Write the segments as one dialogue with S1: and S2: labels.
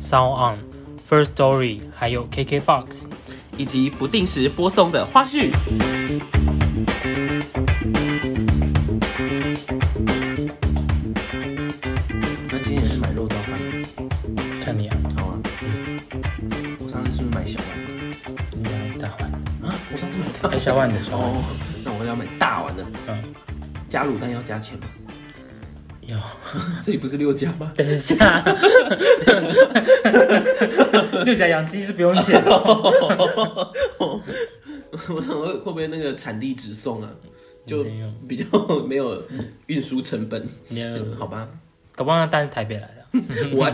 S1: Sound On、First Story，还有 KKBox。
S2: 以及不定时播送的花絮。
S3: 那今天也是买肉燥饭，
S1: 看你啊，
S3: 好啊。我上次是不是买小碗？
S1: 你买大碗，
S3: 啊，我上次买大
S1: 哎，小碗的小碗，
S3: 哦，那我要买大碗的。
S1: 嗯，
S3: 加卤蛋要加钱吗？
S1: 有。
S3: 这里不是六加吗？
S1: 等一下，六甲养鸡是不用钱的。
S3: 我想说会不会那个产地直送啊？就
S1: 没有
S3: 比较 没有运输成本。嗯，
S1: No，
S3: 好吧。
S1: 搞不好那蛋是台北来的。
S3: 我，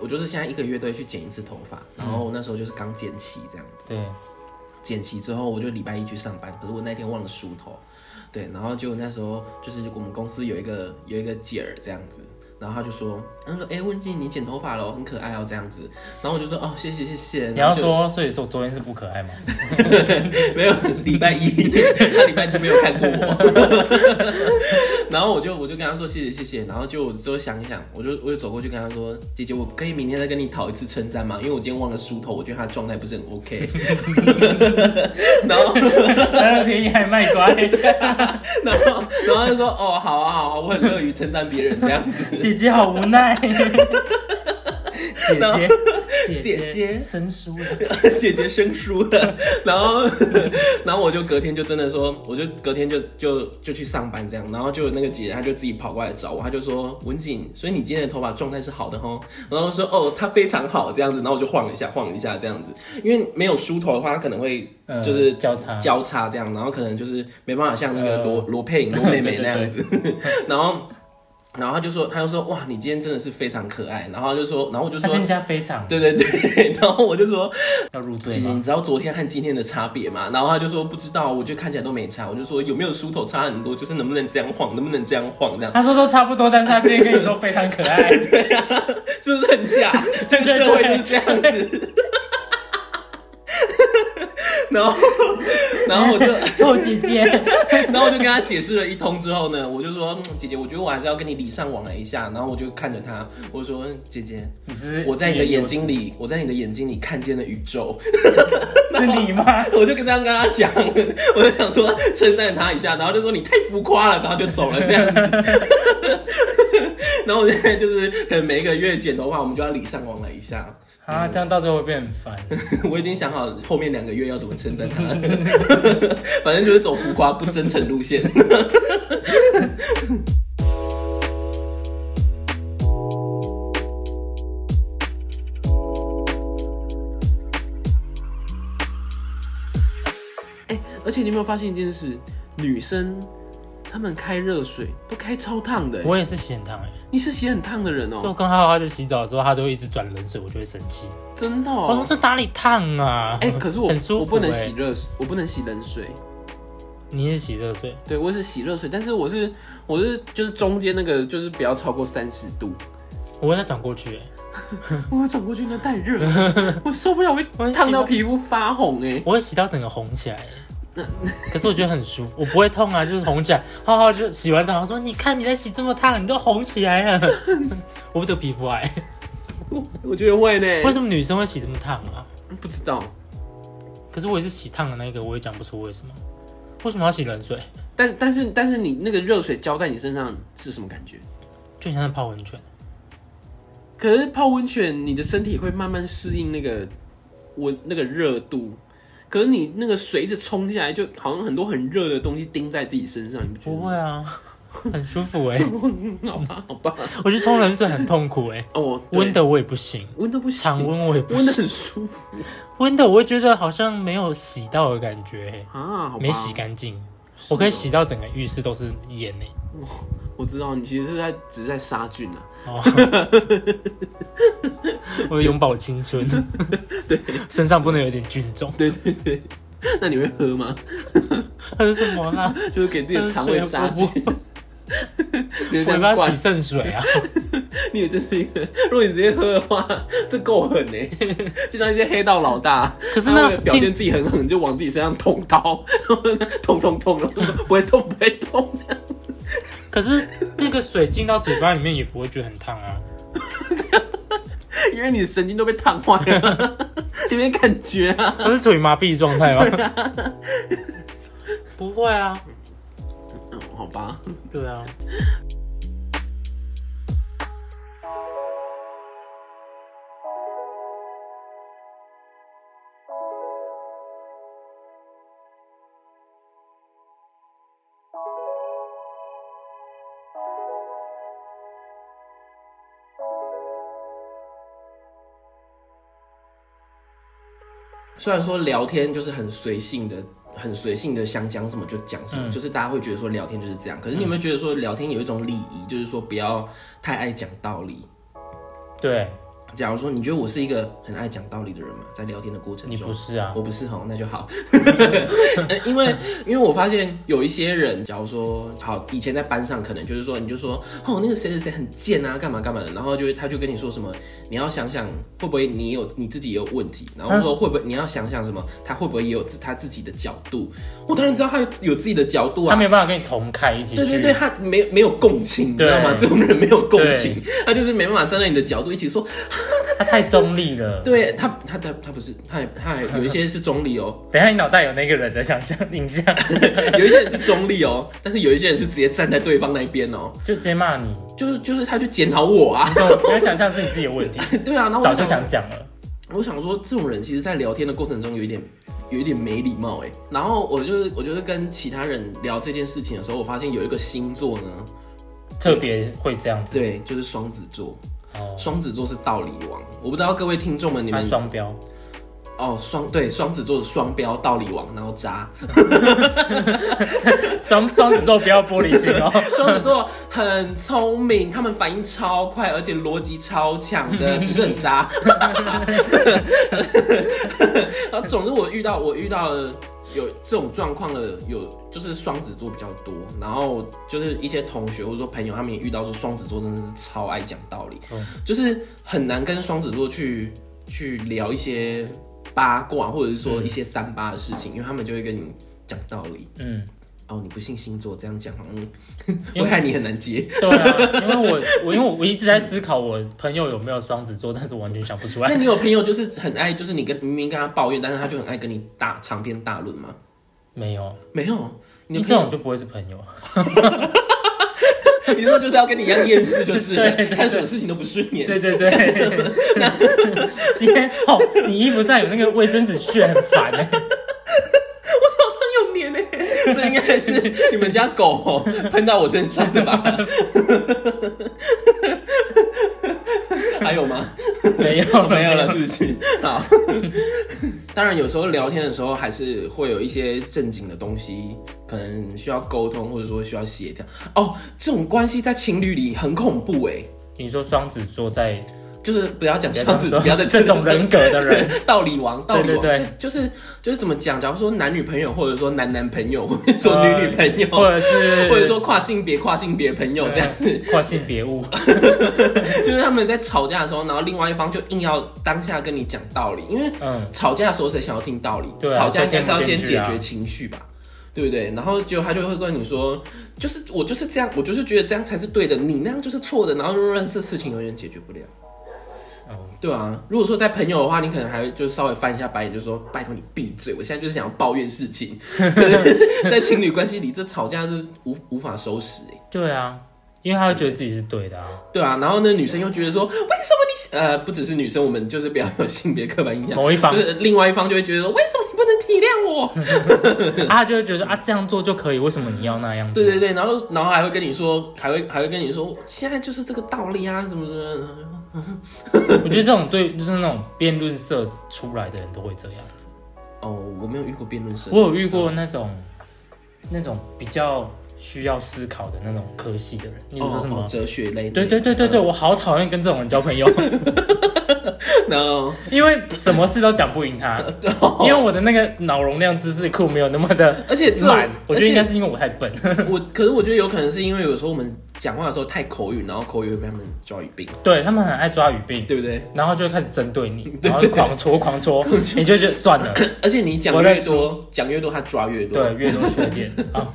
S3: 我就是现在一个月都会去剪一次头发，然后那时候就是刚剪齐这样子。
S1: 对，
S3: 剪齐之后，我就礼拜一去上班，可是我那天忘了梳头，对，然后就那时候就是我们公司有一个有一个姐儿这样子，然后她就说，她说，哎、温静你剪头发了哦，很可爱哦这样子，然后我就说，哦，谢谢谢谢，
S1: 你
S3: 然
S1: 要
S3: 后就
S1: 说，所以说我昨天是不可 爱吗？
S3: 没有，礼拜一， 他礼拜一没有看过我。 然后我就我就跟他说谢谢谢谢，然后就就想一想，我就我就走过去跟他说，姐姐，我可以明天再跟你讨一次称赞吗？因为我今天忘了梳头，我觉得他的状态不是很 OK。然后
S1: 那个便宜还卖乖，
S3: 然后然后他就说哦好啊好啊，我很乐于称赞别人这样子。
S1: 姐姐好无奈。
S3: 然后
S1: 姐姐，
S3: 姐姐
S1: 生疏 了。
S3: 姐姐生疏了，然后然后我就隔天就真的说，我就隔天就就就去上班这样，然后就那个姐姐她就自己跑过来找我，她就说文景，所以你今天的头发状态是好的吼，然后我说哦，她非常好这样子，然后我就晃了一下晃了一下这样子，因为没有梳头的话，她可能会
S1: 嗯
S3: 就是
S1: 交叉
S3: 呃交叉这样，然后可能就是没办法像那个
S1: 嗯
S3: 罗罗 佩影罗妹妹那样子， 然后。然后她就说，她就说，哇，你今天真的是非常可爱。然后她就说，然后我就
S1: 他
S3: 说，
S1: 增加非常
S3: 对对对。 然后我就说，
S1: 要入赘
S3: 姐姐，
S1: 吗？
S3: 你知道昨天和今天的差别吗？然后他就说不知道，我就看起来都没差。我就说有没有梳头差很多，就是能不能这样晃，能不能这样晃，这样
S1: 他说都差不多，但是他今天跟你说非常可爱，
S3: 是不是很假？这个社会就是这样子。 然后，然后我就，
S1: 臭姐姐，
S3: 然后我就跟他解释了一通之后呢，我就说、嗯姐姐，我觉得我还是要跟你礼尚往来一下。然后我就看着他，我说嗯姐姐，
S1: 你是
S3: 我在你的眼睛里，我在你的眼睛里看见了宇宙。
S1: 是你吗？
S3: 我就跟这样跟他讲，我就想说称赞他一下，然后就说你太浮夸了，然后就走了这样子。 然后我现在就是可能每一个月剪头发，我们就要礼尚往来一下。
S1: 啊，这样到时候会变很烦。
S3: 我已经想好后面两个月要怎么称赞他，反正就是走浮夸不真诚路线。哎，而且你有没有发现一件事？女生她们开热水都开超烫的、欸，
S1: 我也是嫌烫哎，
S3: 你是洗很烫的人
S1: 所以我
S3: 哦、
S1: 跟浩浩在洗澡的时候，他都会一直转冷水，我就会生气。
S3: 真的、哦。
S1: 我说这哪里烫啊？
S3: 哎、可是我
S1: 很舒服
S3: 我不能
S1: 欸
S3: 洗热水，我不能洗冷水。
S1: 你是洗热水，
S3: 对，我也是洗热水，但是我是我是就是中间那个就是不要超过三十度。
S1: 我会再转过去哎。
S3: 我转过去那太热了， 我受不了，
S1: 我
S3: 会
S1: 很喜欢
S3: 烫到皮肤发红哎、
S1: 我会洗到整个红起来耶。可是我觉得很舒服，我不会痛啊，就是红起来。浩浩就洗完澡，他说：“你看你在洗这么烫，你都红起来了。” 我不得皮肤癌，
S3: 我觉得会呢、
S1: 为什么女生会洗这么烫啊？
S3: 不知道，
S1: 可是我也是洗烫的那一个，我也讲不出为什么。为什么要洗冷水？
S3: 但但是但是你那个热水浇在你身上是什么感觉？
S1: 就很像在泡温泉，
S3: 可是泡温泉，你的身体会慢慢适应那个温那个热度，可是你那个水一直冲下来，就好像很多很热的东西钉在自己身上，你不觉得
S1: 不
S3: 吗？
S1: 会啊，很舒服哎、
S3: 好吧，好吧，
S1: 我觉得冲冷水很痛苦哎、
S3: 哦，对
S1: 温的我也不行，
S3: 温的不行，
S1: 常温我也不
S3: 温的
S1: 行，
S3: 很舒服
S1: 温的我会觉得好像没有洗到的感觉、欸，
S3: 啊，好吧
S1: 没洗干净。我可以洗到整个浴室都是盐哎、
S2: 我知道你其实是在只是在杀菌啊。
S1: 哦， 我要永葆青春。对，身上不能有一点菌种。
S2: 对对对， 那你会喝吗？
S1: 还有什么啦？
S2: 就是给自己的肠胃杀菌。直 接这
S1: 我
S2: 样
S1: 要
S2: 灌
S1: 洗肾水啊！
S2: 你也真是一个，如果你直接喝的话， 这够狠呢、 就像一些黑道老大，
S1: 可是
S2: 他
S1: 那
S2: 为了表现自己很狠，就往自己身上捅刀， 捅捅捅，不会痛不会痛，
S1: 可是那个水进到嘴巴里面也不会觉得很烫啊。
S2: 因为你神经都被烫坏了， 你没感觉啊？
S1: 它是处于麻痹状态吗？不会啊，
S2: 嗯，好吧，
S1: 对啊。
S3: 虽然说聊天就是很随性的，很随性的想讲什么就讲什么，
S1: 嗯
S3: 就是大家会觉得说聊天就是这样。可是你有没有觉得说聊天有一种礼仪，就是说不要太爱讲道理？
S1: 对啊
S3: 假如说你觉得我是一个很爱讲道理的人嘛，在聊天的过程
S1: 你
S3: 中
S1: 不，是啊，
S3: 我不是吼，那就好。 呃因为因为我发现有一些人，假如说好，以前在班上可能就是说，你就说哦那个谁谁谁很贱啊，干嘛干嘛的，然后就会他就跟你说什么，你要想想会不会你有你自己也有问题，然后说会不会你要想想什么，他会不会也有自他自己的角度？我当然知道他有有自己的角度
S1: 他
S3: 啊
S1: 没。有办法跟你同开一起去。
S3: 对对对，他没没有共情，你知道吗？
S1: 对
S3: 这种人没有共情， 他就是没办法站在你的角度一起说。
S1: 他太中立了。
S3: 对他，他他他不是，他还他还有一些是中立哦，
S1: 等一下，你脑袋有那个人的想象 影像，
S3: 有一些人是中立哦，但是有一些人是直接站在对方那一边哦，
S1: 就直接骂你。
S3: 就是就是他就检讨我啊，
S1: 这种你要想象是你自己的问题，
S3: 对啊，然后我
S1: 早就想讲了。
S3: 我想说，这种人其实，在聊天的过程中有一点，有一点没礼貌哎。然后我就是，我就是跟其他人聊这件事情的时候，我发现有一个星座呢，
S1: 特别会这样子。
S3: 对，就是双子座。
S1: 哦，
S3: 双子座是道理王，我不知道各位听众们，你
S1: 他
S3: 们
S1: 双标，
S3: 哦双对双子座的双标道理王，然后渣。
S1: 双双子座不要玻璃心 哦。
S3: 双子座很聪明，他们反应超快，而且逻辑超强的，只是很渣。 然后总之我遇到我遇到了有这种状况的有就是双子座比较多，然后就是一些同学或者说朋友他们也遇到说双子座真的是超爱讲道理，
S1: 嗯
S3: 就是很难跟双子座去去聊一些八卦或者是说一些三八的事情，因为他们就会跟你讲道理。
S1: 嗯，
S3: 哦，你不信星座这样讲好像
S1: 因为
S3: 会害你很难接。
S1: 对啊，因为我我因为我我一直在思考我朋友有没有双子座，但是我完全想不出
S3: 那
S1: 来。
S3: 你有朋友就是很爱，就是你跟明明跟他抱怨，但是他就很爱跟你大长篇大论吗？
S1: 没有，
S3: 没有，你
S1: 你
S3: 的
S1: 这
S3: 朋
S1: 种
S3: 友
S1: 就不会是朋友。
S3: 你说就是要跟你一样厌世，就是
S1: 对对对
S3: 看什么事情都不顺眼。
S1: 对对 对，今天哦，你衣服上有那个卫生纸屑，很烦哎。
S3: 我早上有黏呢、这应该是你们家狗、哦喷到我身上的吧？ 还有吗？
S1: 没有 了，
S3: 没有了，是不是？好， 当然有时候聊天的时候还是会有一些正经的东西，可能需要沟通，或者说需要协调。哦，这种关系在情侣里很恐怖哎，
S1: 你说双子座在
S3: 就是不要讲双子， 不要再
S1: 这种人格的人，
S3: 道理王，道理王，
S1: 对对对
S3: 就就是就是怎么讲？假如说男女朋友，或者说男男朋友，或者说女女朋友，
S1: 呃 或者是
S3: 哦或者说跨性别、跨性别朋友这样子，
S1: 跨性别物，
S3: 就是他们在吵架的时候，然后另外一方就硬要当下跟你讲道理，因为
S1: 嗯，
S3: 吵架的时候谁想要听道理？
S1: 对啊
S3: 吵架应该是要
S1: 都听
S3: 先
S1: 不进去
S3: 解
S1: 啊
S3: 决情绪吧，对不对？然后结果他就会跟你说，就是我就是这样，我就是觉得这样才是对的，你那样就是错的，然后让这事情永远解决不了。
S1: 哦
S3: 对啊，如果说在朋友的话，你可能还会就是稍微翻一下白眼，就说拜托你闭嘴，我现在就是想要抱怨事 情。可是在情侣关系里，这吵架是无无法收拾欸
S1: 对啊，因为他会觉得自己是对 的啊，
S3: 对啊，然后呢，女生又觉得说，为什么你呃，不只是女生，我们就是不要有性别刻板印象，
S1: 某一方
S3: 就是另外一方就会觉得说，为什么你不能体谅我？
S1: 啊他就会觉得啊这样做就可以，为什么你要那样？
S3: 对对，对，然后然后还会跟你说，还会还会跟你说，现在就是这个道理啊，什么什么的。
S1: 我觉得这种对就是那种辩论社出来的人都会这样
S3: 嗯
S1: 子。
S3: 哦，我没有遇过辩论社，
S1: 我有遇过那种那种比较需要思考的那种科系的人，例如说
S3: 哦
S1: 什
S3: 嗯
S1: 么
S3: 哦，哲学类的，
S1: 对对对对对，我好讨厌跟这种人交朋友，
S3: 然后
S1: 因为什么事都讲不 赢他，因为我的那个脑容量知识库没有那么的
S3: 而哦 且这种
S1: 满，我觉得应该是因为我太笨。
S3: 我，可是我觉得有可能是因为有时候我们讲话的时候太口语，然后口语会被他们抓语病，
S1: 对他们很爱抓语病，
S3: 对不对？
S1: 然后就开始针对你，然后狂戳 狂戳，你就觉得算了，
S3: 而且你讲
S1: 我认
S3: 越多，讲越多，他抓越多，
S1: 对，，越多缺点 啊。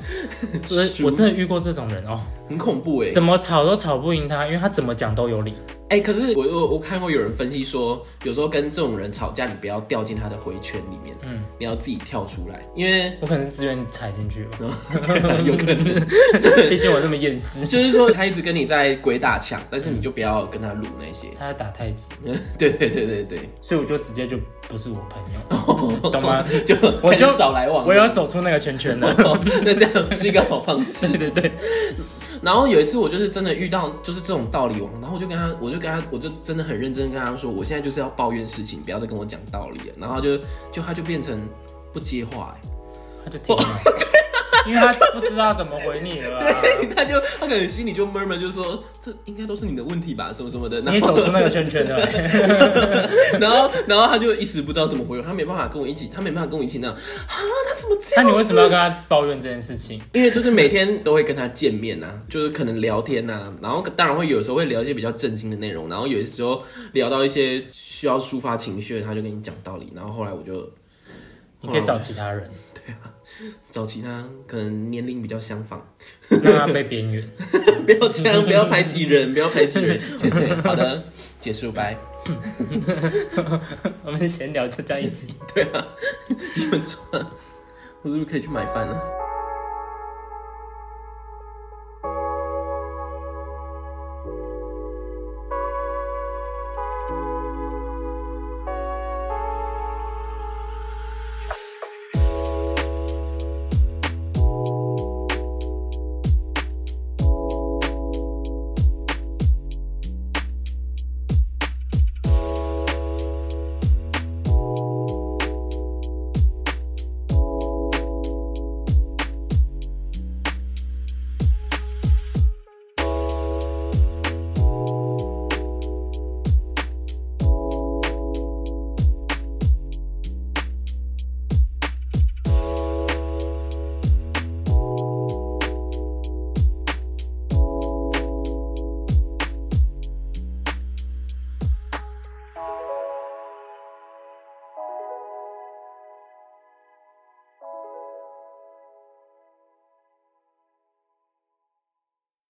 S1: 所以我真的遇过这种人哦，
S3: 很恐怖哎、
S1: 怎么吵都吵不赢他，因为他怎么讲都有理。
S3: 哎、可是我我我看过有人分析说，有时候跟这种人吵架，你不要掉进他的回圈里面，
S1: 嗯
S3: 嗯，你要自己跳出来，因为
S1: 我可能自愿踩进去吧，
S3: 有可能
S1: 毕竟我那么厌世。
S3: 就是说他一直跟你在鬼打墙，但
S1: 嗯
S3: 是你就不要跟他撸那些，
S1: 他在打太极，
S3: 对对对对对，
S1: 所以我就直接就不是我朋
S3: 哦
S1: 友，懂吗？
S3: 就
S1: 我
S3: 开
S1: 就
S3: 始少来往，
S1: 我要走出那个圈圈了。
S3: 哦， 那这样是一个好方式。
S1: 对对对，
S3: 然后有一次我就是真的遇到就是这种道理王，然后我就跟他，我就跟他，我就真的很认真地跟他说，我现在就是要抱怨事情，不要再跟我讲道理了。然后他就就他就变成不接话、欸
S1: 他就停了，因为他不知道怎么回你了 啊。
S3: 哎他就他可能心里就 murmur 就说这应该都是你的问题吧，什么什么的。
S1: 你
S3: 然
S1: 也
S3: 后
S1: 走出那个圈圈了，
S3: 然后然后他就一时不知道怎么回，他没办法跟我一起，他没办法跟我一起那样啊，他怎么这
S1: 那
S3: 样？
S1: 你为什么要跟他抱怨这件事情？
S3: 因为就是每天都会跟他见面啊，就是可能聊天啊，然后当然会有时候会聊一些比较震惊的内容，然后有时候聊到一些需要抒发情绪的，他就跟你讲道理，然后后来我就
S1: 你
S3: 嗯
S1: 可以找其他人，
S3: 找其他可能年龄比较相 仿，
S1: 让他被 边缘。
S3: 不要这样，不要排挤人，不要排挤人。对，好的，结束，拜。
S1: 我们闲聊就这样一集。
S3: 我是不是可以去买饭了？